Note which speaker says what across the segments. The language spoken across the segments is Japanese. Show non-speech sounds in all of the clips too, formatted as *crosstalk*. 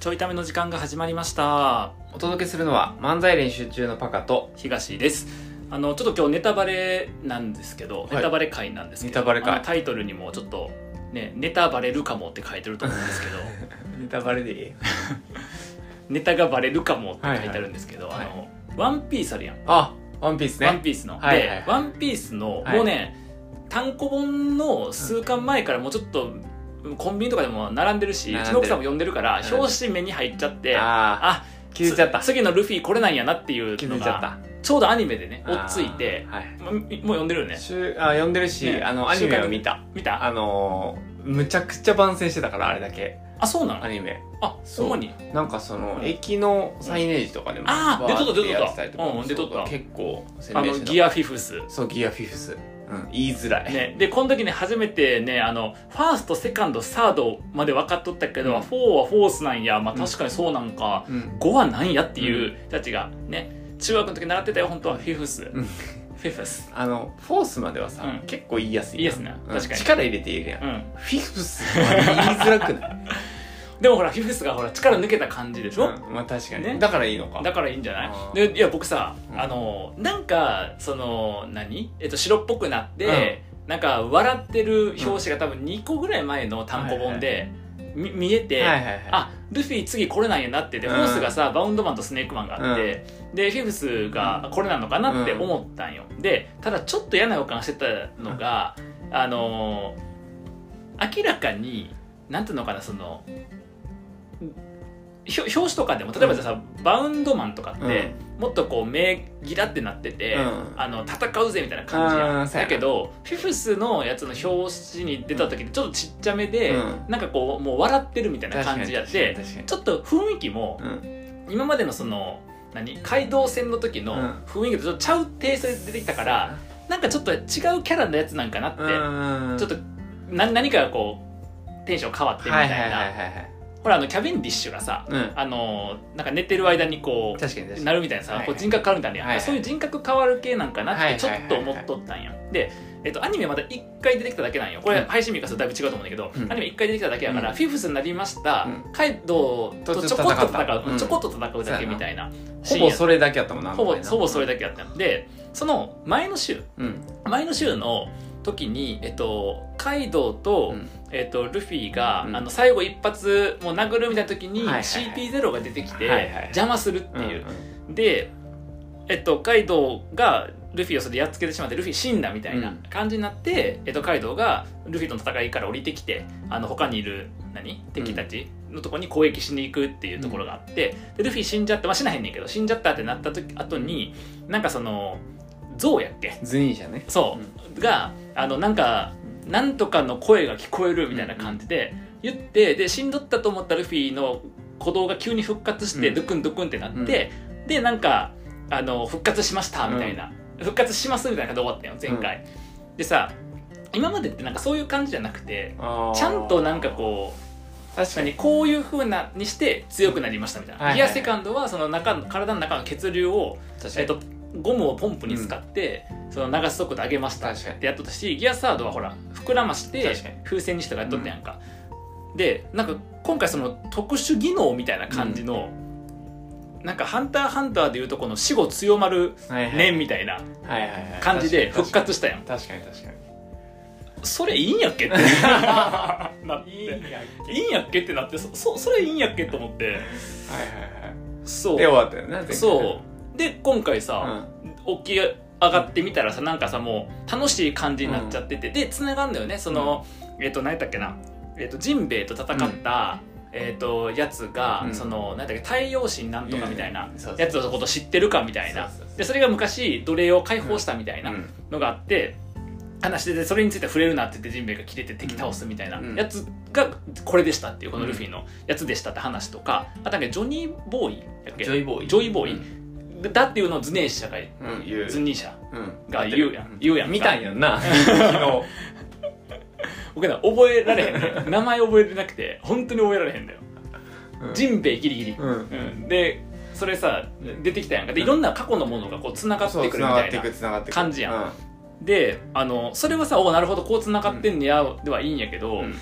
Speaker 1: ちょいための時間が始まりました
Speaker 2: お届けするのは漫才練習中のパカと
Speaker 1: 東ですあのちょっと今日ネタバレなんですけど、
Speaker 2: い
Speaker 1: ネタバレ会なんですけど
Speaker 2: ネタバレ会
Speaker 1: あのタイトルにもちょっとねネタバレるかもって書いてると思うん
Speaker 2: *laughs*
Speaker 1: ですけど
Speaker 2: ネタバレでいい
Speaker 1: ネタがバレるかもって書いてあるんですけど、
Speaker 2: はいはい
Speaker 1: あのワンピースあるやん、
Speaker 2: あワンピース
Speaker 1: ワ
Speaker 2: ね
Speaker 1: ンピースの、
Speaker 2: はいはいはい
Speaker 1: でワンピースの、
Speaker 2: はい
Speaker 1: もうね単行本の数巻前からもうちょっとコンビニとかでも並んでるし
Speaker 2: 並ん
Speaker 1: う
Speaker 2: でる
Speaker 1: ちの奥さんも呼んでるから
Speaker 2: 並んでる
Speaker 1: 表紙目に入っちゃって
Speaker 2: ああ
Speaker 1: あ
Speaker 2: 気づいちゃった
Speaker 1: 次のルフィこれなんやなっていう
Speaker 2: 気づ
Speaker 1: の
Speaker 2: いちゃっ
Speaker 1: が
Speaker 2: た
Speaker 1: ちょうどアニメでね追っついて
Speaker 2: あーはい
Speaker 1: もう読んでるよね
Speaker 2: しゅあ読んでるし、
Speaker 1: ね
Speaker 2: あのアニメを見た
Speaker 1: 見た
Speaker 2: あ
Speaker 1: あ
Speaker 2: のーむちゃくちゃ番宣してたからあれだけ
Speaker 1: そうなの
Speaker 2: アニメ
Speaker 1: あ
Speaker 2: そう
Speaker 1: そこに
Speaker 2: なんかその
Speaker 1: うん
Speaker 2: 駅のサイネージとかでも
Speaker 1: あー
Speaker 2: バー
Speaker 1: 出とった
Speaker 2: てやてりとか
Speaker 1: 出とったうん出とった
Speaker 2: そう結構
Speaker 1: あ
Speaker 2: 宣伝
Speaker 1: の
Speaker 2: してた
Speaker 1: ギアフィフス
Speaker 2: そうギアフィフス、うん、言いづらい、
Speaker 1: ね、でこの時ね初めてねあのファーストセカンドサードまで分かっとったけど、
Speaker 2: うん
Speaker 1: フォーはフォースなんや、まあ、確かにそうなんか、
Speaker 2: うん
Speaker 1: 5はなんやっていう人たちがね中学の時習ってたよ本当はフィフス、
Speaker 2: ん
Speaker 1: フィフス
Speaker 2: あのフォースまではさ、
Speaker 1: うん
Speaker 2: 結構言いやすいやん
Speaker 1: 言いやすいな
Speaker 2: うん
Speaker 1: 確かに
Speaker 2: 力入れて言えるやん、
Speaker 1: うん
Speaker 2: フィフスは言いづらくない、
Speaker 1: でもほらフィフスがほら力抜けた感じでしょ、
Speaker 2: うんまあ確かに、
Speaker 1: ね
Speaker 2: だからいいのか
Speaker 1: だからいいんじゃない
Speaker 2: あー
Speaker 1: でいや僕さ、
Speaker 2: うん
Speaker 1: あのなんかその何、えっと、白っぽくなって、
Speaker 2: う
Speaker 1: なんか笑ってる表紙が多分2個ぐらい前の単行本で、み見えて、
Speaker 2: はいはいはい
Speaker 1: あルフィ次これなんやなってて、
Speaker 2: うん
Speaker 1: フォースがさバウンドマンとスネークマンがあって、でフィフスがこれなのかなって思ったんよ、でただちょっと嫌な予感してたのが、あのー明らかになんていうのかなそのひょ表紙とかでも例えばさ、バウンドマンとかって、もっとこう目ギラってなってて、
Speaker 2: うん
Speaker 1: あの戦うぜみたいな感じ
Speaker 2: あ
Speaker 1: や
Speaker 2: ー
Speaker 1: ん
Speaker 2: そう
Speaker 1: だ
Speaker 2: やな
Speaker 1: けどフィフスのやつの表紙に出た時にちょっとちっちゃめで、
Speaker 2: うん
Speaker 1: なんかこうもう笑ってるみたいな
Speaker 2: 確かに
Speaker 1: 感じやって
Speaker 2: 確かに
Speaker 1: ちょっと雰囲気も
Speaker 2: 確かに
Speaker 1: 今までのその何街道戦の時
Speaker 2: う
Speaker 1: の
Speaker 2: ん
Speaker 1: 雰囲気とちょっとちゃうテイストで出てきたから、なんかちょっと違うキャラのやつなんかなって、
Speaker 2: うんうん
Speaker 1: ちょっとな何かがこうテンション変わってみたいな、
Speaker 2: はいはいはいはいはい
Speaker 1: ほらあのキャビンディッシュがさ
Speaker 2: うん
Speaker 1: あのなんか寝てる間にこ
Speaker 2: 確かに確
Speaker 1: う
Speaker 2: か
Speaker 1: な
Speaker 2: に
Speaker 1: るみたいなさ、
Speaker 2: はいはい
Speaker 1: こう人格変わるみたいな、
Speaker 2: はいはい
Speaker 1: そういう人格変わる系なんかな
Speaker 2: は
Speaker 1: って
Speaker 2: いはい
Speaker 1: ちょ
Speaker 2: は
Speaker 1: っ
Speaker 2: いはい
Speaker 1: と思っとったんや、で、えっと、アニメまだ1回出てきただけなんよこれ
Speaker 2: うん
Speaker 1: 配信日からするとだいぶ違うと思うんだけど、
Speaker 2: うん
Speaker 1: アニメ1回出てきただけやから、
Speaker 2: うん
Speaker 1: フィフスになりました、
Speaker 2: う
Speaker 1: カイドウとちょこっと戦う、
Speaker 2: うん
Speaker 1: ちょこっと戦うだけみたいな
Speaker 2: ほ
Speaker 1: シーン
Speaker 2: ぼ
Speaker 1: や
Speaker 2: それだけやったもんな
Speaker 1: ほぼ
Speaker 2: みたいな
Speaker 1: ほぼそれだけやったんでその前の週
Speaker 2: うん
Speaker 1: 前の週の時に、えっと、カイドウと,、
Speaker 2: うん
Speaker 1: えっとルフィが、
Speaker 2: うん
Speaker 1: あの最後一発もう殴るみたいな時に、
Speaker 2: はいはいはい
Speaker 1: CP0 が出てきて、
Speaker 2: はいはい
Speaker 1: 邪魔するって
Speaker 2: うん
Speaker 1: いう、で、えっと、カイドウがルフィをそれでやっつけてしまってルフィ死んだみたいな
Speaker 2: うん
Speaker 1: 感じになって、えっと、カイドウがルフィとの戦いから降りてきてあの他にいる何敵たちのとこに攻撃しに行くっていうところがあって、でルフィ死んじゃった、まあ、死なへんねんけど死んじゃったってなった時後になんかそのゾウやっけ
Speaker 2: ズニーシャね
Speaker 1: そう、があのなんかなんとかの声が聞こえるみたいな感じで言ってでしんどったと思ったルフィの鼓動が急に復活して
Speaker 2: うん
Speaker 1: ドクンドクンってなって、でなんかあの復活しましたみたいな、復活しますみたいな感じで終わったよ前回、でさ今までってなんかそういう感じじゃなくてち
Speaker 2: ち
Speaker 1: ゃんとなんかこう
Speaker 2: 確か
Speaker 1: 確か
Speaker 2: に
Speaker 1: にこういうふうなにして強くなりましたみたいな、
Speaker 2: はいはい
Speaker 1: ギアセカンドはその中の体の中の血流を、
Speaker 2: 確か
Speaker 1: え
Speaker 2: に
Speaker 1: っとゴムをポンプに使って、その流す速度上げました
Speaker 2: 確か
Speaker 1: っ
Speaker 2: に
Speaker 1: てやっとったしギアサードはほら膨らまして
Speaker 2: 確かに
Speaker 1: 風船にしたからやっとったやんか、でなんか今回その特殊技能みたいな感じの、なんか「ハンターハンター」でいうとこの死後強まる
Speaker 2: はいはい
Speaker 1: 念みたいな
Speaker 2: はいはいはい
Speaker 1: 感じで
Speaker 2: 確
Speaker 1: 復
Speaker 2: かに
Speaker 1: 活したやん
Speaker 2: 確かに確か
Speaker 1: それいいんやっ
Speaker 2: *laughs*
Speaker 1: けってなっ
Speaker 2: にいい
Speaker 1: て
Speaker 2: やはい
Speaker 1: いいんやっけってなってそそそれいいんやっけと思って
Speaker 2: はいはい
Speaker 1: そう
Speaker 2: で終わったよね
Speaker 1: そうで今回さ、起き上がってみたらさなんかさもう楽しい感じになっちゃってて、でつながんだよねその、えっ、と何やったっけな、えっとジンベエと戦った、えっとやつが、
Speaker 2: うん
Speaker 1: その何やったっけ太陽神なんとかみたいな
Speaker 2: うんそうそう
Speaker 1: やつのこと知ってるかみたいな
Speaker 2: そうそうそう
Speaker 1: でそれが昔奴隷を解放したみたいな
Speaker 2: うん
Speaker 1: のがあって。話でそれについて触れるなって言ってジンベエが切れて敵倒すみたいな
Speaker 2: うん
Speaker 1: やつがこれでしたっていうこのルフィのやつでしたって話とかあとなんかジョニーボーイだっけ
Speaker 2: ジョイボーイ
Speaker 1: ジョイボーイ、だっていうのをズネーシャが、
Speaker 2: うん言う
Speaker 1: ズニーシャ
Speaker 2: うん
Speaker 1: が言うやん言うやんか
Speaker 2: 見たんやんな昨日
Speaker 1: 僕ら覚えられへん
Speaker 2: *laughs*
Speaker 1: ね名前覚えてなくて本当に覚えられへんだよ、
Speaker 2: うん
Speaker 1: ジンベイギリギ *laughs* リ、
Speaker 2: うん
Speaker 1: うんでそれさ出てきたやんかでいろんな過去のものがこうつながって
Speaker 2: そう
Speaker 1: く
Speaker 2: つ
Speaker 1: る
Speaker 2: な
Speaker 1: み
Speaker 2: が
Speaker 1: た
Speaker 2: っ
Speaker 1: い
Speaker 2: てい
Speaker 1: な
Speaker 2: くつながっていく
Speaker 1: 感じやん
Speaker 2: うん
Speaker 1: であのそれはさおなるほどこうつながってんねやではいいんやけど、
Speaker 2: うん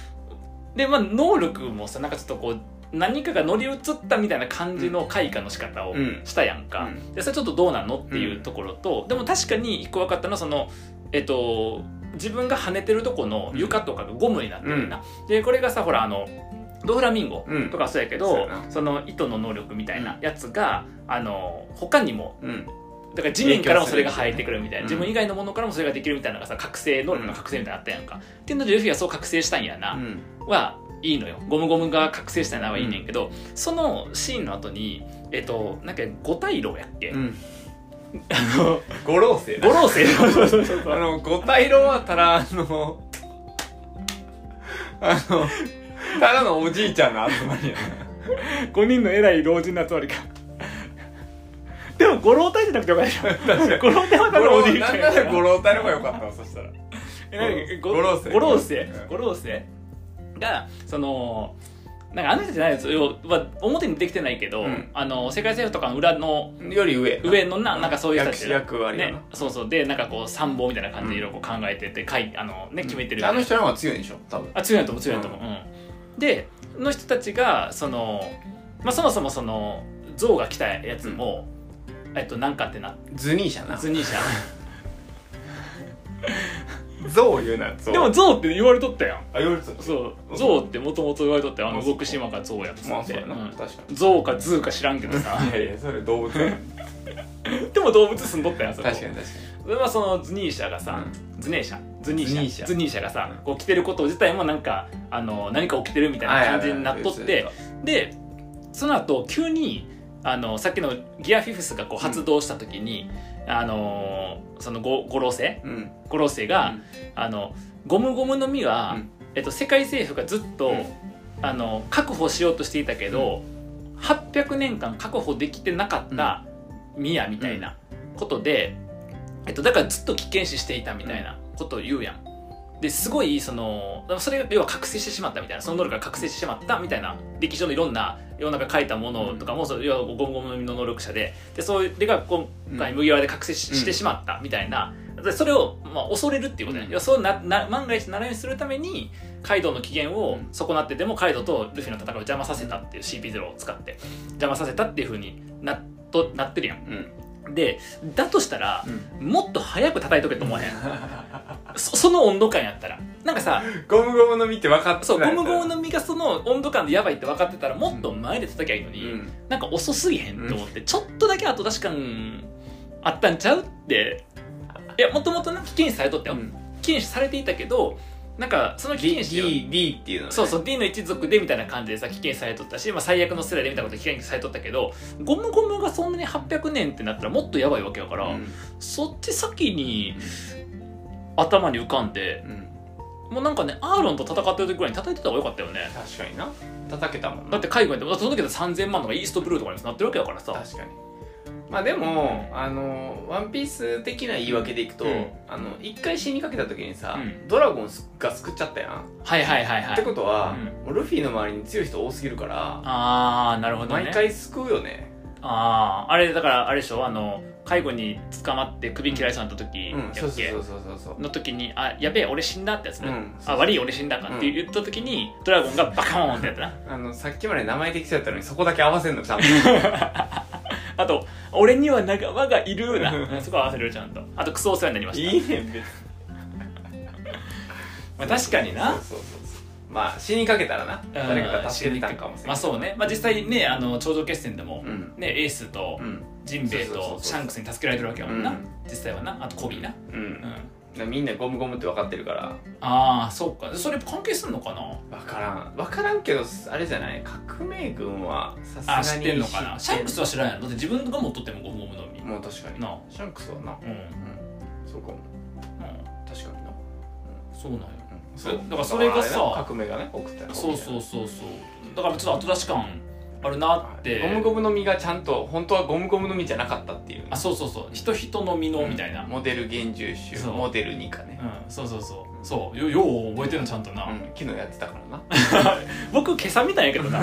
Speaker 1: でまあ能力もさなんかちょっとこう何かが乗り移ったみたいな感じの開花の仕方を
Speaker 2: うん
Speaker 1: したやんか、
Speaker 2: うん
Speaker 1: でそれちょっとどうなんのっていうところと、でも確かに一個分かったのはそのえっと自分が跳ねてるとこの床とかがゴムになってるな、でこれがさほらあのドフラミンゴとかそうやけど、
Speaker 2: うんそうやな
Speaker 1: その糸の能力みたいなやつが、あの他にも
Speaker 2: うん
Speaker 1: だから地面からもそれが生えてくるみたいな、
Speaker 2: うん
Speaker 1: 自分以外のものからもそれができるみたいなのがさ覚醒能力の覚醒みたいなのあったやんか、っていうのでルフィはそう覚醒したんやな、
Speaker 2: うん
Speaker 1: はいいのよゴムゴムが覚醒したのはいいねんけど、そのシーンの後にえっとなんか五大老やっけ、
Speaker 2: うん
Speaker 1: あの
Speaker 2: 五老星
Speaker 1: 五老 *laughs* 星
Speaker 2: あの五体老はたらあのあのただのおじいちゃんの集まりや
Speaker 1: 5人の偉い老人の集まりか *laughs* でも五老体じゃなくてよかったでし
Speaker 2: な確か
Speaker 1: ょ五老体は
Speaker 2: に
Speaker 1: 多分
Speaker 2: 五
Speaker 1: おじ
Speaker 2: 老
Speaker 1: いちゃ
Speaker 2: なん
Speaker 1: や
Speaker 2: んな
Speaker 1: から
Speaker 2: ら五老体の方が良かったわそしたら
Speaker 1: えなんか
Speaker 2: 五老星
Speaker 1: 五老星
Speaker 2: うん
Speaker 1: 五老星がそのなんかあの人じゃないですよは表に出てきてないけど、
Speaker 2: うん
Speaker 1: あの世界政府とかの裏の
Speaker 2: より上
Speaker 1: 上のななんかそういう人たち
Speaker 2: 役役割や
Speaker 1: ね
Speaker 2: な、
Speaker 1: そうそうでなんかこう参謀みたいな感じでいろいろこう考えてて、かいあのね決めてるよ
Speaker 2: あ
Speaker 1: ね
Speaker 2: の人の方が強いんでしょ多分
Speaker 1: あ強いなと思う強いなと思う、うんでの人たちがその、まあ、そもそもその象が来たやつも、えっとなんかってな
Speaker 2: ズニーシャな
Speaker 1: ズニーシャ
Speaker 2: ゾウ言うなゾウ
Speaker 1: でも象って言われとったやん
Speaker 2: あ言われてた
Speaker 1: そう
Speaker 2: うん
Speaker 1: 象ってもともと言われとったよあの
Speaker 2: あそう
Speaker 1: 動く島が象やっつ
Speaker 2: まあ
Speaker 1: っ
Speaker 2: そう
Speaker 1: て、
Speaker 2: やな、
Speaker 1: うん
Speaker 2: 確か
Speaker 1: 象かズーか知らんけど
Speaker 2: *laughs*
Speaker 1: さ
Speaker 2: にいやいやそれ動物やな
Speaker 1: でも動物住んどったやんそ
Speaker 2: 確
Speaker 1: こ
Speaker 2: かに確か
Speaker 1: それはそのズニーシャがさ、ズネーシャズニーシャ
Speaker 2: ズ
Speaker 1: ズ
Speaker 2: ニ
Speaker 1: ニ
Speaker 2: ーシ
Speaker 1: ーシ
Speaker 2: ャ
Speaker 1: ャがさ
Speaker 2: うん
Speaker 1: こう来てること自体もなんかあの何か起きてるみた
Speaker 2: に
Speaker 1: いな感じになっとってでその後急にあのさっきのギアフィフスがこう発動した時に、あのそのご五老星
Speaker 2: うん
Speaker 1: 五老星が、あのゴムゴムの実は、
Speaker 2: うん
Speaker 1: えっと、世界政府がずっと、
Speaker 2: うん
Speaker 1: あの確保しようとしていたけど、800年間確保できてなかった実やみたいなことで、えっと、だからずっと危険視していたみたいなことを言うやん。ですごいそのそれが要は覚醒してしまったみたいなその能力が覚醒してしまったみたいな歴史上のいろんな世の中書いたものとかも、その要はゴムゴムの実の能力者ででそれが今回麦わらで覚醒し,、
Speaker 2: うん
Speaker 1: てしまったみたいなでそれを、まあ、恐れるっていうことね、
Speaker 2: うん
Speaker 1: 要はそうなな万が一ならんようにするためにカイドウの機嫌を
Speaker 2: うん
Speaker 1: 損なってでもカイドウとルフィの戦いを邪魔させたっていう CP0 を使って邪魔させたっていうふうになっとなってるやん
Speaker 2: うん
Speaker 1: でだとしたら
Speaker 2: う、ん
Speaker 1: もっと早く叩いとけと
Speaker 2: *laughs*
Speaker 1: 思わへんそその温度感やったらなんかさ
Speaker 2: ゴムゴムの実って分かって
Speaker 1: そうゴムゴムの
Speaker 2: の
Speaker 1: 実がその温度感でやばいって分かってたらもっと前で叩きゃいいの
Speaker 2: う
Speaker 1: に、
Speaker 2: ん
Speaker 1: なんか遅すぎへんと思って、ちょっとだけ後出し感あったんちゃうっていやもともとな危険視されとったよ、危険視されていたけどなんかその危
Speaker 2: D,
Speaker 1: 険視を
Speaker 2: D, D っていうのね
Speaker 1: そうそう D の一族でみたいな感じでさ危険視されとったし、まあ、最悪の世代でみたいなこと危険視されとったけどゴムゴムがそんなに800年ってなったらもっとやばいわけやから、
Speaker 2: うん
Speaker 1: そっち先に頭に浮かんで
Speaker 2: うん
Speaker 1: もうなんかねアーロンと戦ってる時ぐらいに叩いてた方がよかったよね
Speaker 2: 確かにな叩けたもん
Speaker 1: だ
Speaker 2: な
Speaker 1: って海外でもだってその時だって3000万とかイーストブルーとかになってるわけやからさ
Speaker 2: 確かにまあでもあのワンピース的な言い訳でいくと、
Speaker 1: うん
Speaker 2: あの一回死にかけた時にさ、
Speaker 1: うん
Speaker 2: ドラゴンが救っちゃったやん、
Speaker 1: はいはいはいは
Speaker 2: って
Speaker 1: い
Speaker 2: ことは、
Speaker 1: うん
Speaker 2: もうルフィの周りに強い人多すぎるから、
Speaker 1: ああなるほどね
Speaker 2: 毎回救うよね
Speaker 1: あああれだからあれでしょあの介護に捕まって首切られそうになった時やっ
Speaker 2: うん
Speaker 1: け、
Speaker 2: そうそうそうそうそうそう
Speaker 1: の時に「あやべえ俺死んだ」ってやつね、
Speaker 2: うん
Speaker 1: あ悪い俺死んだかって言った時に、ドラゴンがバカーンってやったな
Speaker 2: あのさっきまで名前できちゃったのにそこだけ合わせんのち
Speaker 1: *laughs*
Speaker 2: ゃんと
Speaker 1: あと「俺には仲間がいるな」そこは合わせるよちゃんとあとクソお世話になりました
Speaker 2: いいねん別に
Speaker 1: まあ、確かにな
Speaker 2: そうそうそうそうまあ死にかけたらな誰かが助けてたんかもしれない
Speaker 1: まあそうね、まあ、実際ねあの頂上決戦でも、
Speaker 2: うん
Speaker 1: ね、エースと
Speaker 2: うん
Speaker 1: ジンベエ
Speaker 2: そうそうそう
Speaker 1: と
Speaker 2: そう
Speaker 1: シャンクスに助けられてるわけやもんな、
Speaker 2: うん
Speaker 1: 実際はなあとコビーな、
Speaker 2: う
Speaker 1: うんん、
Speaker 2: なみんなゴムゴムって分かってるから
Speaker 1: ああそうかそれ関係すんのかな
Speaker 2: 分からん分からんけどあれじゃない革命軍は
Speaker 1: あ
Speaker 2: さ
Speaker 1: 知
Speaker 2: す
Speaker 1: っ
Speaker 2: がに
Speaker 1: てんのかなシ
Speaker 2: 知って
Speaker 1: ャン
Speaker 2: ん
Speaker 1: クスは知らんやろだって自分が持っとってもゴムゴムのみ
Speaker 2: もう確かに
Speaker 1: なあ
Speaker 2: シャンクスはな
Speaker 1: うん、うん、
Speaker 2: うんそうかも確かにな
Speaker 1: そうなんよ
Speaker 2: うん
Speaker 1: そうだからそれがさ
Speaker 2: あれな革命がね送った
Speaker 1: そうそううそうそうだからちょっと後出し感あるなって、
Speaker 2: ゴムゴムの実がちゃんと本当はゴムゴムの実じゃなかったっていう
Speaker 1: あそうそうそう人人の身のみたいな、うん
Speaker 2: モデル厳重種
Speaker 1: そう
Speaker 2: モデル2かね
Speaker 1: そうそうそうそうよよう覚えてるのちゃんとな、
Speaker 2: うん昨日やってたからな *laughs*
Speaker 1: 僕今朝見たんやけどな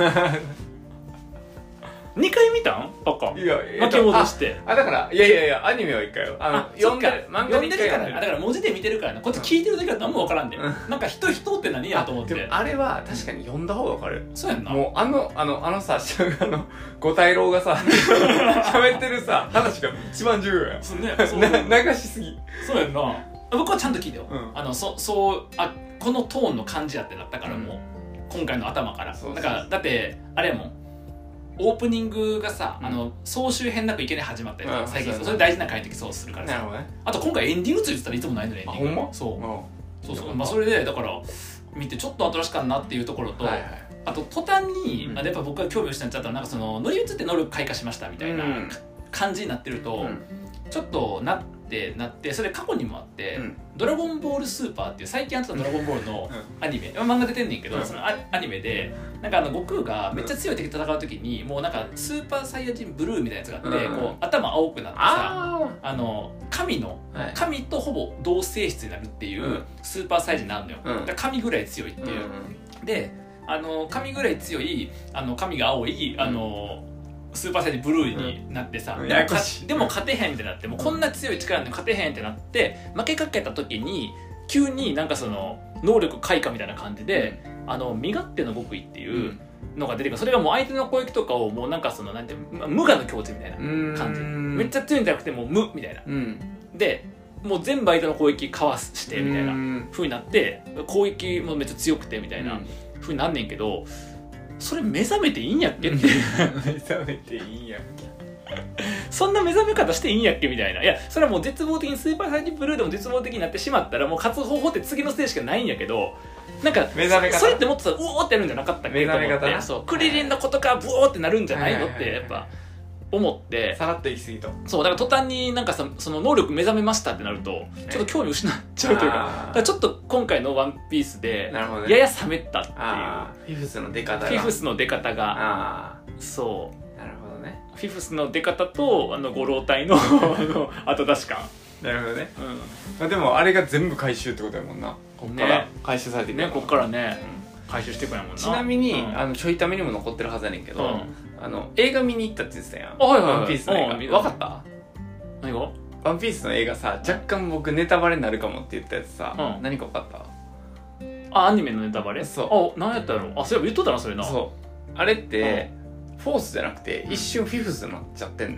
Speaker 1: 2回見たんパカ
Speaker 2: いやえっと
Speaker 1: 巻き戻して
Speaker 2: あだからいやいやいやアニメは一回よ
Speaker 1: あ
Speaker 2: あの
Speaker 1: そ
Speaker 2: 読
Speaker 1: っ
Speaker 2: ん
Speaker 1: か
Speaker 2: でる漫画
Speaker 1: 読
Speaker 2: で
Speaker 1: んでる
Speaker 2: 一回
Speaker 1: か
Speaker 2: 読ん
Speaker 1: らだ
Speaker 2: でる
Speaker 1: から文字で見てるからねこっち聞いてるだけだと何も分からんで、
Speaker 2: うん
Speaker 1: なんか人人って何やと思っ
Speaker 2: で
Speaker 1: て
Speaker 2: もあれは確かに読んだ方がわかる
Speaker 1: そうやんな
Speaker 2: もうあのあのあのさ *laughs* 下のあの五大老がさ *laughs* 喋ってるさ話が一番重要や
Speaker 1: そうねそう
Speaker 2: *laughs* な流しすぎ
Speaker 1: そうやんな僕はちゃんと聞いてよ、
Speaker 2: うん
Speaker 1: あのそそうあこのトーンの感じやってなったからもう、今回の頭から
Speaker 2: そうそう
Speaker 1: だからだってあれやもんオープニングがさ、あの総集編なくいけない始まったりとか、
Speaker 2: うん
Speaker 1: 最
Speaker 2: そう
Speaker 1: 近
Speaker 2: そう
Speaker 1: それ大事な回の時そうするから
Speaker 2: なる
Speaker 1: さ
Speaker 2: ほどね
Speaker 1: あと今回エンディングついてたらいつもないのねエンディング
Speaker 2: あほんま
Speaker 1: そう
Speaker 2: う
Speaker 1: そうそう、まあ、それでだから見てちょっと新しかんなっていうところと、
Speaker 2: んはいはい
Speaker 1: あと途端に、
Speaker 2: うん
Speaker 1: あやっぱ僕が興味を失っちゃったのはなんかその乗り移って乗る開花しましたみたいな
Speaker 2: うん
Speaker 1: 感じになってると、ちょっとなってなってそれ過去にもあって「
Speaker 2: うん
Speaker 1: ドラゴンボールスーパー」っていう最近あった「ドラゴンボール」の
Speaker 2: う
Speaker 1: アニメ、まあ漫画出てんねんけど、
Speaker 2: うん
Speaker 1: そのアアニメでなんかあの悟空がめっちゃ強い敵と戦う時に、もうなんかスーパーサイヤ人ブルーみたいなやつがあって、
Speaker 2: うん
Speaker 1: こう頭青くなってさ
Speaker 2: あ
Speaker 1: あの神の
Speaker 2: あはい
Speaker 1: 神とほぼ同性質になるっていう、
Speaker 2: うん
Speaker 1: スーパーサイヤ人になるのよ、
Speaker 2: うん
Speaker 1: だから神ぐらい強いっていう、
Speaker 2: う
Speaker 1: であの髪ぐらい強いあの髪が青いあの、スーパーサイズブルーになってさ、
Speaker 2: うん
Speaker 1: で
Speaker 2: や
Speaker 1: も
Speaker 2: やこしい
Speaker 1: でも勝てへんってなってもうこんな強い力で勝てへんってなって負けかけた時に急になんかその能力開花みたいな感じで、あの身勝手の極意っていうのが出てくるそれがもう相手の攻撃とかをもうなんかそのなんてま無我の境地みたいな、
Speaker 2: ん
Speaker 1: 感じめっち
Speaker 2: ゃ
Speaker 1: ゃ強いんじゃなくてもう無みたいな
Speaker 2: うん
Speaker 1: でもう全部相手の攻撃かわしてみたいな
Speaker 2: み
Speaker 1: 風になって攻撃もめっちゃ強くてみたいな、ふうになんねんけどそれ目覚めていいんやっけって
Speaker 2: 目覚めていいんや
Speaker 1: *laughs* そんな目覚め方していいんやっけみたいないやそれはもう絶望的にスーパーサイジブルーでも絶望的になってしまったらもう勝つ方法って次のせいしかないんやけどなんか
Speaker 2: 目覚め方
Speaker 1: それってもっとさうおーってやるんじゃなかったっけ
Speaker 2: 目覚め方な
Speaker 1: と思ってそうクリリンのことかブオーってなるんじゃないのってやっぱ思って
Speaker 2: *laughs* さらっと行き過ぎと
Speaker 1: そうだから途端になんかさその能力目覚めましたってなるとちょっと興味失っちゃうというかだ
Speaker 2: あ
Speaker 1: か
Speaker 2: ー
Speaker 1: らちょっと今回の「ワンピースで
Speaker 2: なるほどね
Speaker 1: やや冷めたっていう
Speaker 2: ああフィフスの出方が
Speaker 1: フィフスの出方が
Speaker 2: あ
Speaker 1: そう
Speaker 2: あなるほどね
Speaker 1: フィフスの出方とあのご老体のあの後出し感、
Speaker 2: なるほどね
Speaker 1: う
Speaker 2: まあでもあれが全部回収ってことやもんなこっから
Speaker 1: ね
Speaker 2: 回収されてい
Speaker 1: ん、
Speaker 2: く
Speaker 1: ね
Speaker 2: の
Speaker 1: こっからね回収していくんやもんな
Speaker 2: ちなみに、
Speaker 1: うん
Speaker 2: あのちょいためにも残ってるはずやねんけど、
Speaker 1: うん
Speaker 2: あの映画見に行ったって言ってたやん
Speaker 1: あはいはいはい
Speaker 2: ワンピースの映画、
Speaker 1: うん見た
Speaker 2: 分かった
Speaker 1: 何が
Speaker 2: ワンピースの映画さ若干僕ネタバレになるかもって言ったやつさ、
Speaker 1: うん
Speaker 2: 何か分かった
Speaker 1: あアニメのネタバレ
Speaker 2: そ
Speaker 1: あ何やったやろあそういえば言っとったなそれなう
Speaker 2: そうあれって、フォースじゃなくて一瞬フィフスになっちゃってんねん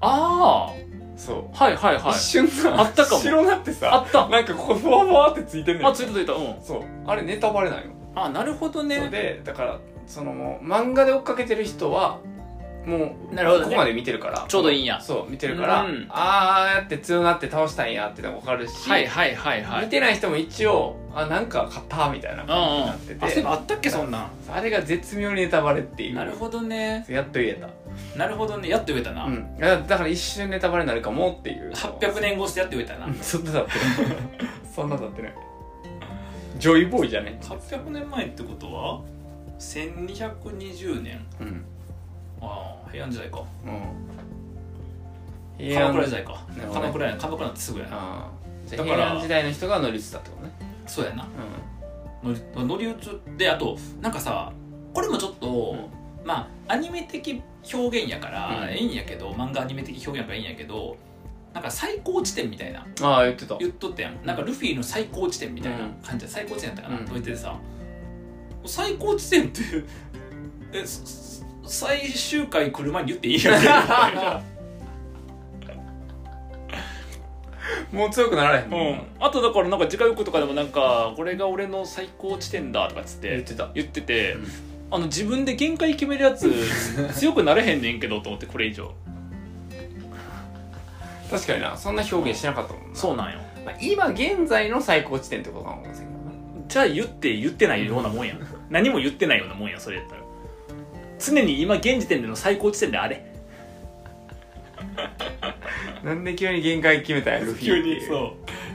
Speaker 1: あ
Speaker 2: そ、
Speaker 1: あはいはいうはい
Speaker 2: 一瞬さ
Speaker 1: あったかも
Speaker 2: 白なって
Speaker 1: あ
Speaker 2: さ
Speaker 1: った
Speaker 2: なんかこうふわふわってついてんね
Speaker 1: あ
Speaker 2: ん
Speaker 1: ついたついたうん
Speaker 2: そうあれネタバレなんよ
Speaker 1: あなるほど
Speaker 2: そう
Speaker 1: ね
Speaker 2: でだからその漫画で追っかけてる人はもう
Speaker 1: なるほどね
Speaker 2: ここまで見てるから
Speaker 1: ちょうどいいんや
Speaker 2: そう見てるから、
Speaker 1: うん
Speaker 2: ああやって強なって倒したんやってのが分かるし、
Speaker 1: はいはいはいは
Speaker 2: 見
Speaker 1: い
Speaker 2: てない人も一応あなんか勝ったみたいな
Speaker 1: うんうん
Speaker 2: 感
Speaker 1: あ
Speaker 2: じに
Speaker 1: そうい
Speaker 2: なって
Speaker 1: え
Speaker 2: て、
Speaker 1: ばあったっけそんなん
Speaker 2: あれが絶妙にネタバレっていう
Speaker 1: なるほどね
Speaker 2: やっと言え
Speaker 1: なるほどねやっと言えた
Speaker 2: た、
Speaker 1: な、
Speaker 2: うん、だだから一瞬ネタバレになるかもっていう
Speaker 1: 800年越してやっと言えたな
Speaker 2: うんそんな経ってないそんな経ってないジョイボーイじゃね、
Speaker 1: 800年前ってことは1220年
Speaker 2: うん
Speaker 1: ああ平安時代か
Speaker 2: うん、い
Speaker 1: 鎌倉時代か
Speaker 2: なるほどね
Speaker 1: 鎌倉や鎌倉ってすぐやな
Speaker 2: ああじゃ
Speaker 1: だ
Speaker 2: あ
Speaker 1: から
Speaker 2: 平安時代の人が乗り移ったってことね
Speaker 1: そうやな
Speaker 2: う
Speaker 1: 乗り乗り移ってあとなんかさこれもちょっと、まあアニメ的表現やから、
Speaker 2: うん
Speaker 1: ええんやけど漫画アニメ的表現やからええんやけどなんか最高地点みたいなん
Speaker 2: ああ言ってた
Speaker 1: 言っとったやんなんかルフィの最高地点みたいな感じで、最高地点やったかな、
Speaker 2: うん
Speaker 1: と言っててさ最高地点ってえすす最終回来る前に言っていい
Speaker 2: *laughs*
Speaker 1: やん
Speaker 2: もう強くなられへんもん
Speaker 1: うん、あとだからなんか次回予告とかでもなんかこれが俺の最高地点だとかっつっ
Speaker 2: 言っててた
Speaker 1: 言ってて、
Speaker 2: うん
Speaker 1: あの自分で限界決めるやつ強くなれへんねんけどと思ってこれ以上
Speaker 2: 確かになそんな表現しなかったもんな、
Speaker 1: そうなんよ
Speaker 2: まあ、今現在の最高地点ってことかもしれない
Speaker 1: じゃあ言って言ってないようなもんやん何も言ってないようなもんやんそれやったら常に今現時点での最高地点であれ
Speaker 2: けどななんで急に限界決めたんやルフィっていう
Speaker 1: う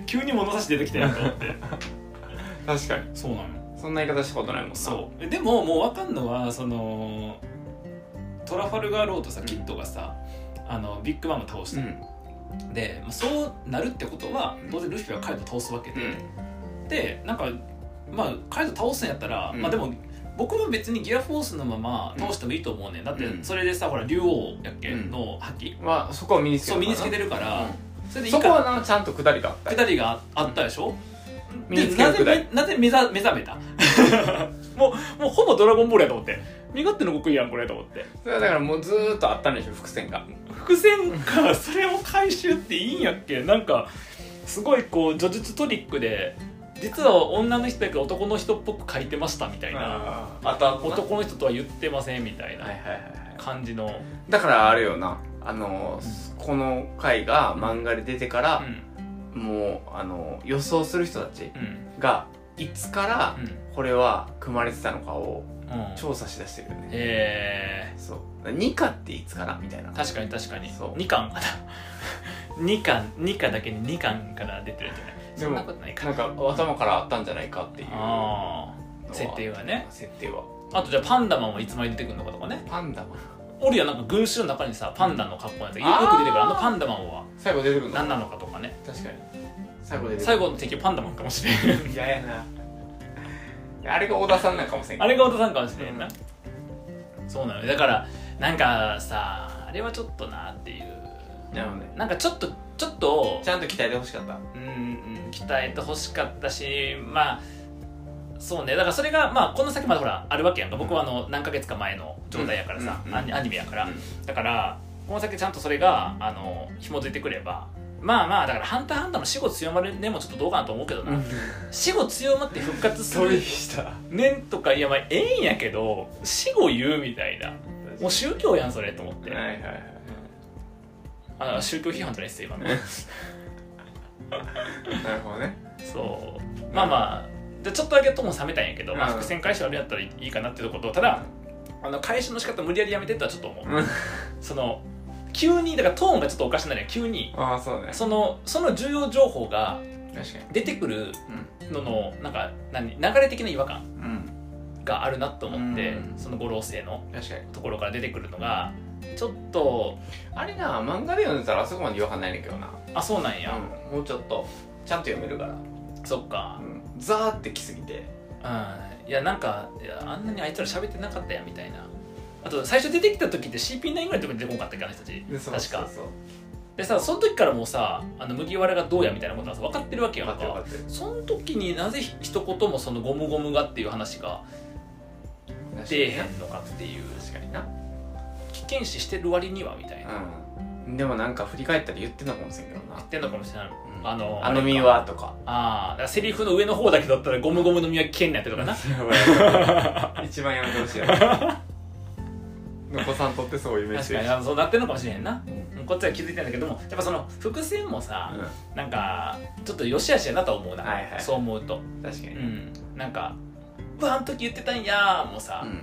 Speaker 1: 急に物差し出てきたやんと思って
Speaker 2: 確かに
Speaker 1: そうなの
Speaker 2: そんな言い方したことないもんな
Speaker 1: そうでももう分かんのはそのトラファルガーロードさキッドがさ、あのビッグマンを倒し
Speaker 2: う
Speaker 1: た、
Speaker 2: ん
Speaker 1: で、まあ、そうなるってことは
Speaker 2: うん
Speaker 1: 当然ルフィはカイドを倒すわけ
Speaker 2: う
Speaker 1: で、
Speaker 2: ん
Speaker 1: でなんかまあカイド倒すんやったら、
Speaker 2: うん
Speaker 1: まあでも僕も別にギアフォースのまま通してもいいと思うねんだってそれでさほら竜王やっけ
Speaker 2: うん
Speaker 1: の覇気
Speaker 2: まあそこは身につけ
Speaker 1: そう
Speaker 2: た
Speaker 1: 身につけて
Speaker 2: る
Speaker 1: るからそれでいい
Speaker 2: そ
Speaker 1: か
Speaker 2: こ
Speaker 1: ら
Speaker 2: はなちゃんと下りがあった
Speaker 1: く
Speaker 2: よ
Speaker 1: だりがあったでしょ
Speaker 2: 身に
Speaker 1: で
Speaker 2: つけ
Speaker 1: な
Speaker 2: る
Speaker 1: ぜ
Speaker 2: くだり
Speaker 1: めなぜ目覚目覚めた *laughs* もうもうほぼドラゴンボールやと思って身勝手の極意やんこれと思って
Speaker 2: それはだからもうずーっとあったんでしょ伏線が
Speaker 1: 伏線かそれを回収っていいんやっけなんかすごいこう叙述トリックで実は女の人だけど男の人っぽく書いてましたみたいな
Speaker 2: ああと
Speaker 1: 男の人とは言ってませんみたい
Speaker 2: はいはい
Speaker 1: な
Speaker 2: はいはい
Speaker 1: 感じの、
Speaker 2: だからあれよなあのーこの回が漫画で出てから、もうあのー予想する人たち
Speaker 1: うんうん
Speaker 2: がいつから
Speaker 1: うん
Speaker 2: これは組まれてたのかを
Speaker 1: うん
Speaker 2: 調査しだしてるよね、
Speaker 1: え
Speaker 2: そう2課っていつからみたいな
Speaker 1: ー、確かに確かに
Speaker 2: そう
Speaker 1: 2巻 *laughs* かな2巻2巻だけに2巻から出てるんじゃないそ
Speaker 2: でも
Speaker 1: んなことないか
Speaker 2: なんか頭からあったんじゃないかっていうのは
Speaker 1: ああ設定はね
Speaker 2: 設定は
Speaker 1: あとじゃあパンダマンはいつまで出てくるのかとかね
Speaker 2: パンダマン
Speaker 1: 俺やなんか群衆の中にさパンダの格好なんてよ
Speaker 2: あー
Speaker 1: く出てくるあのパンダマンは
Speaker 2: 最後出てくるの
Speaker 1: 何なのかとかね
Speaker 2: 確かに最後出てく
Speaker 1: 最
Speaker 2: る *laughs*
Speaker 1: 後の敵パンダマンかもしれん
Speaker 2: 嫌やなあれが小田さんなんかもせん
Speaker 1: あれがお父さんかもしれんな、そうなのよだからなんかさあれはちょっとなっていう
Speaker 2: なるほどね
Speaker 1: なんかちょっとちょっと
Speaker 2: ちゃんと鍛えてほしかった
Speaker 1: うんうん鍛えてほしかったしまあそうねだからそれがまあこの先までほらあるわけやんか僕はあの何ヶ月か前の状態やからさ、
Speaker 2: うんうん
Speaker 1: アニアニメやから、だからこの先ちゃんとそれがあの紐づいてくればまあまあだから「ハンターハンター」の死後強まるねもちょっとどうかなと思うけどな、死後強まって復活す
Speaker 2: *laughs* それ
Speaker 1: る
Speaker 2: *laughs* した
Speaker 1: ねんとかいやまあええんやけど死後言うみたいなもう宗教やんそれと思って、
Speaker 2: はいはいはい
Speaker 1: あ宗教批判じゃないっすよ今の
Speaker 2: なるほどね
Speaker 1: そうまあまあでちょっとだけとも冷めたんやけど、まあ、
Speaker 2: うん
Speaker 1: 伏線回収あるやったらいいかなってとことただあの回収の仕方無理やりやめてとはちょっと思う、
Speaker 2: うん
Speaker 1: その急にだからトーンがちょっとおかしなのよ急に
Speaker 2: ああそうね
Speaker 1: そのその重要情報が
Speaker 2: 確かに
Speaker 1: 出てくるののなんか何流れ的な違和感
Speaker 2: うんうん
Speaker 1: があるなと思って、
Speaker 2: うん
Speaker 1: その五老星の
Speaker 2: 確かに
Speaker 1: ところから出てくるのがちょっと
Speaker 2: あれな漫画で読んでたらあそこまで違和感ないねんけどな
Speaker 1: あそうなんや、
Speaker 2: うんもうちょっとちゃんと読めるから
Speaker 1: そっか
Speaker 2: ザーって来すぎて
Speaker 1: うんいやなんかいやあんなにあいつら喋ってなかったやみたいなあと最初出てきた時って CP9 ぐらいのとこに出てこなかったっけあの人たち
Speaker 2: でそう
Speaker 1: 確か
Speaker 2: そうそう
Speaker 1: でさその時からもうさあの麦わらがどうやみたいなことはさ分かってるわけ
Speaker 2: よ
Speaker 1: や
Speaker 2: か
Speaker 1: ん
Speaker 2: ったよか
Speaker 1: か
Speaker 2: った
Speaker 1: その時になぜ一言もそのゴムゴムがっていう話が出えへんのかっていう
Speaker 2: 確かにな
Speaker 1: 危険視してる割にはみたいな、
Speaker 2: うんでもなんか振り返ったら言ってんのかもしれんけど
Speaker 1: 言
Speaker 2: な
Speaker 1: ってんのかもしれない、
Speaker 2: うん
Speaker 1: あの
Speaker 2: あの身はとか
Speaker 1: ああだからセリフの上の方だけだったらゴムゴムの実は危険になってるとかな
Speaker 2: や *laughs* ばい一番やめてほしいやろ *laughs* 残さんとってそういうメッ
Speaker 1: 確
Speaker 2: セ
Speaker 1: か
Speaker 2: ージ
Speaker 1: にあのそうなってるのかもしれへんな、うんこっちは気づいてんだけどもやっぱその伏線もさ、なんかちょっとよしあしやなとは思うな、
Speaker 2: はいはい
Speaker 1: そう思うと、
Speaker 2: うん確かに
Speaker 1: う
Speaker 2: ね
Speaker 1: ん、なんか「うわあん時言ってたんや」もさ、
Speaker 2: うん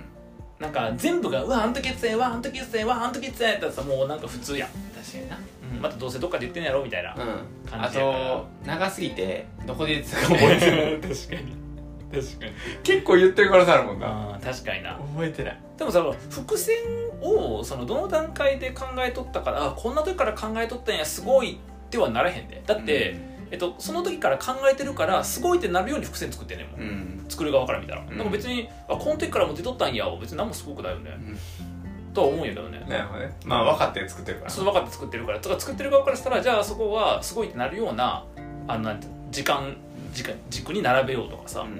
Speaker 1: なんか全部が「うわあん時言ってたんやうわあん時言ってたんやうわあん時言ってたんや」ってさもうなんか普通やん、
Speaker 2: 確かにな
Speaker 1: うん、またどうせどっかで言ってんやろみたいな、
Speaker 2: うん *laughs*
Speaker 1: 感
Speaker 2: あ
Speaker 1: じやから
Speaker 2: と長すぎて *laughs* どこで言ってたか覚えてない
Speaker 1: 確かに確かに
Speaker 2: 結構言ってるからさあるもんな
Speaker 1: あー確かにな
Speaker 2: 覚えてない
Speaker 1: でもその伏線をそのどの段階で考えとったからあこんな時から考えとったんやすごいってはならへんでだって、えっと、その時から考えてるからすごいってなるように伏線作ってんねんもん、
Speaker 2: うん
Speaker 1: 作る側から見たら、
Speaker 2: ん
Speaker 1: なんか別にあこの時からもう出とったんや別に何もすごくないよね、とは思うんやけどね
Speaker 2: なるほどねまあ分かって作ってるから
Speaker 1: そう分かって作ってるからとか作ってる側からしたらじゃあそこはすごいってなるようなあのなんて時間時間軸に並べようとかさ、
Speaker 2: うん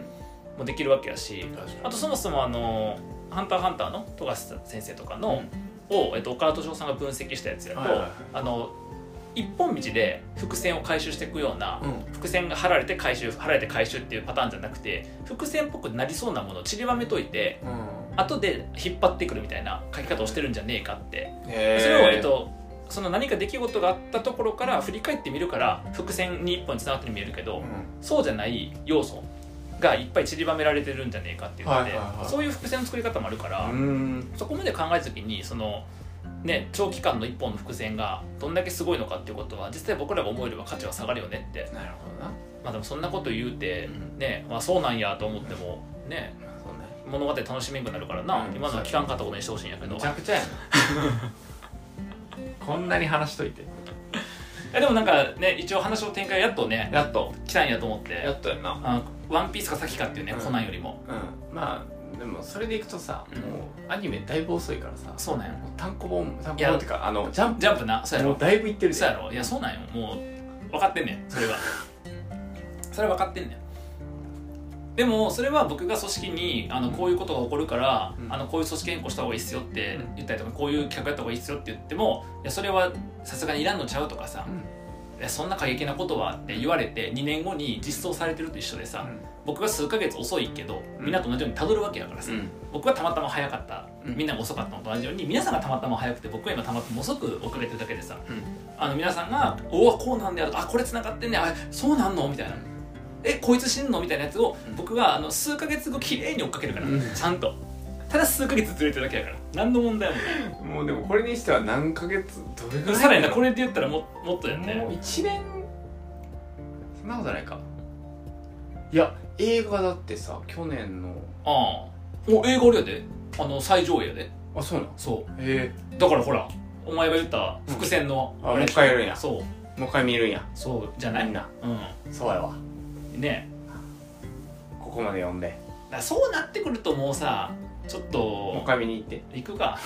Speaker 1: もうできるわけやし
Speaker 2: 確かに
Speaker 1: あとそもそもあの「ハンター×ハンター」の富樫先生とかの、を、えっと、岡田敏夫さんが分析したやつやと、
Speaker 2: はいはいはい
Speaker 1: あの一本道で伏線を回収していくような、
Speaker 2: うん
Speaker 1: 伏線が張られて回収張られて回収っていうパターンじゃなくて伏線っぽくなりそうなものを散りばめといて
Speaker 2: うん
Speaker 1: 後で引っ張ってくるみたいな書き方をしてるんじゃねえかって
Speaker 2: へー
Speaker 1: それを、えっと、その何か出来事があったところから振り返ってみるから伏線に一本に繋がってるように見えるけど、
Speaker 2: うん
Speaker 1: そうじゃない要素がいっぱい散りばめられてるんじゃねえかっていうので、
Speaker 2: はいはいはい
Speaker 1: そういう伏線の作り方もあるから、
Speaker 2: うん
Speaker 1: そこまで考えた時にその、ね、長期間の一本の伏線がどんだけすごいのかっていうことは実際僕らが思えれば価値は下がるよねって、
Speaker 2: なるほどな
Speaker 1: まあ、でもそんなこと言うて、
Speaker 2: うん
Speaker 1: ねまあ、そうなんやと思っても、ね、
Speaker 2: そうね
Speaker 1: 物語楽しめんくなるからな、
Speaker 2: うん
Speaker 1: 今のは聞かんかったことにしてほしいんやけど
Speaker 2: むちゃくちゃや *laughs* なこんなに話しといて
Speaker 1: えでもなんかね一応話の展開やっとね
Speaker 2: やっと
Speaker 1: 来たんやと思って
Speaker 2: やっとやな
Speaker 1: あのワンピースが先かっていうね、
Speaker 2: うん
Speaker 1: コナンよりも
Speaker 2: うんまあでもそれでいくとさ、
Speaker 1: うん
Speaker 2: もうアニメだいぶ遅いからさ
Speaker 1: そうなんよ
Speaker 2: も単行本単行本っていうかあのジャンプ
Speaker 1: ジャンプなそうやろ
Speaker 2: もうだいぶいってるで
Speaker 1: そうやろいやそうなんよもう分かってんねんそれは
Speaker 2: *laughs*
Speaker 1: それは分かってんねんでもそれは僕が組織にあのこういうことが起こるから、
Speaker 2: うん
Speaker 1: あのこういう組織変更した方がいいっすよって言ったりとか、こういう企画やった方がいいっすよって言ってもいやそれはさすがにいらんのちゃうとかさ、
Speaker 2: うん
Speaker 1: いやそんな過激なことはって言われて2年後に実装されてると一緒でさ、僕が数ヶ月遅いけど
Speaker 2: うん
Speaker 1: みんなと同じようにたどるわけだからさ、
Speaker 2: うん
Speaker 1: 僕はたまたま早かった、
Speaker 2: うん
Speaker 1: みんなが遅かったのと同じように皆さんがたまたま早くて僕は今たまたま遅く遅れてるだけでさあの皆さんが「おおこうなんだよ」とか「あこれ繋がってんねあそうなんの?」みたいな「えこいつ死んの?」みたいなやつを
Speaker 2: うん
Speaker 1: 僕があの数ヶ月後綺麗に追っかけるから、
Speaker 2: うん
Speaker 1: ちゃんとただ数ヶ月ずれてるだけだから何の問題もない
Speaker 2: うんもうでもこれにしては何ヶ月どれぐらい
Speaker 1: さらになこれで言ったらももっとだよ
Speaker 2: もう
Speaker 1: ね
Speaker 2: 1年そんなことないかいや映画だってさ去年の
Speaker 1: ああもう映画あれやであの最上位やで
Speaker 2: あそうなの
Speaker 1: そ
Speaker 2: へ
Speaker 1: うだからほらお前が言った伏線の、
Speaker 2: うんあもう一回やるんや
Speaker 1: そう
Speaker 2: えもう一回見るんや
Speaker 1: そうじゃな
Speaker 2: み
Speaker 1: い
Speaker 2: んな
Speaker 1: う
Speaker 2: そうやわ
Speaker 1: んね
Speaker 2: ここまで読んで
Speaker 1: だからそうなってくるともうさちょっ
Speaker 2: もう
Speaker 1: と
Speaker 2: 一回見に行って
Speaker 1: 行くか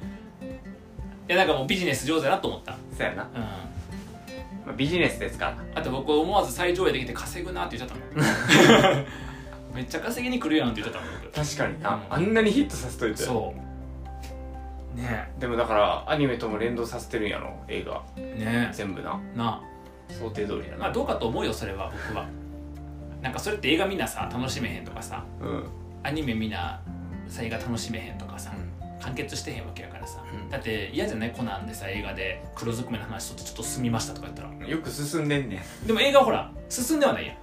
Speaker 1: いやなんかもうビジネス上手だなと思った
Speaker 2: そうやな、
Speaker 1: うん
Speaker 2: まあ、ビジネスですから
Speaker 1: あと僕思わず最上位できて稼ぐなって言っちゃったもんめっちゃ稼ぎに来るやんって言っちゃったもん僕
Speaker 2: 確かにな、
Speaker 1: うん
Speaker 2: あんなにヒットさせといて
Speaker 1: そうね
Speaker 2: でもだからアニメとも連動させてるんやろ映画
Speaker 1: えね
Speaker 2: 全部な
Speaker 1: えな
Speaker 2: 想定通りや
Speaker 1: あ
Speaker 2: な、
Speaker 1: まあどうかと思うよそれは僕はなんかそれって映画みんなさ楽しめへんとかさ
Speaker 2: うんうん
Speaker 1: アニメみんなさ映画楽しめへんとかさ、完結してへんわけやからさ、
Speaker 2: うん
Speaker 1: だって嫌じゃないコナンでさ映画で黒ずくめの話とってちょっと進みましたとか言ったら
Speaker 2: よく進んでんねん
Speaker 1: でも映画はほら進んではないやん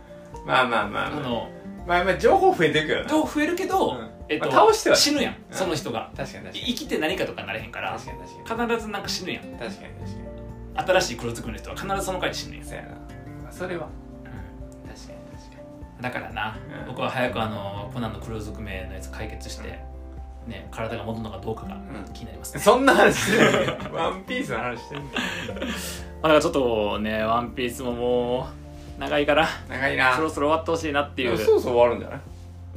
Speaker 2: まあまあま
Speaker 1: あ
Speaker 2: あまあ
Speaker 1: の
Speaker 2: まあまあ情報増えてくよな
Speaker 1: どう増えるけど、
Speaker 2: うん
Speaker 1: えっと
Speaker 2: まあ倒しては
Speaker 1: 死ぬやん
Speaker 2: うん
Speaker 1: その人が、
Speaker 2: 確かに確か
Speaker 1: 生
Speaker 2: に
Speaker 1: きて何かとかなれへんから
Speaker 2: 確かに確かに
Speaker 1: 必ずなんか死ぬやん
Speaker 2: 確かに確かに
Speaker 1: 新しい黒ずくめの人は必ずその回で死ぬやん、
Speaker 2: そうやな、まあ、それは確かに確か
Speaker 1: だからな、
Speaker 2: うん
Speaker 1: 僕は早くあのコナンの黒ずくめのやつ解決して、ね体が戻るのかどうかが
Speaker 2: うん
Speaker 1: 気になります *laughs* ね、
Speaker 2: にそんな話してるワンピースの話してる
Speaker 1: まあ、だからちょっとね「ワンピースももう長いから
Speaker 2: 長いな
Speaker 1: そろそろ終わってほしいなって
Speaker 2: い
Speaker 1: い
Speaker 2: や
Speaker 1: う
Speaker 2: そろそろ終わるんじゃない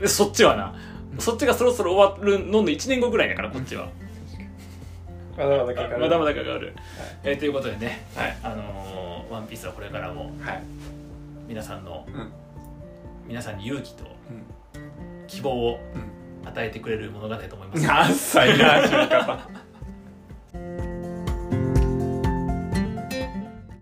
Speaker 1: えそっちはなそっちがそろそろ終わるのんの1年後ぐらいだからこっちは
Speaker 2: まだまだ
Speaker 1: まだまだかかる、えーということでね
Speaker 2: はい
Speaker 1: あのーワンピースはこれからも
Speaker 2: はい
Speaker 1: 皆さんの
Speaker 2: うんうん
Speaker 1: 皆さんに勇気と
Speaker 2: *laughs*
Speaker 1: 希望を与えてくれる物語だと思います、
Speaker 2: 何歳な始め方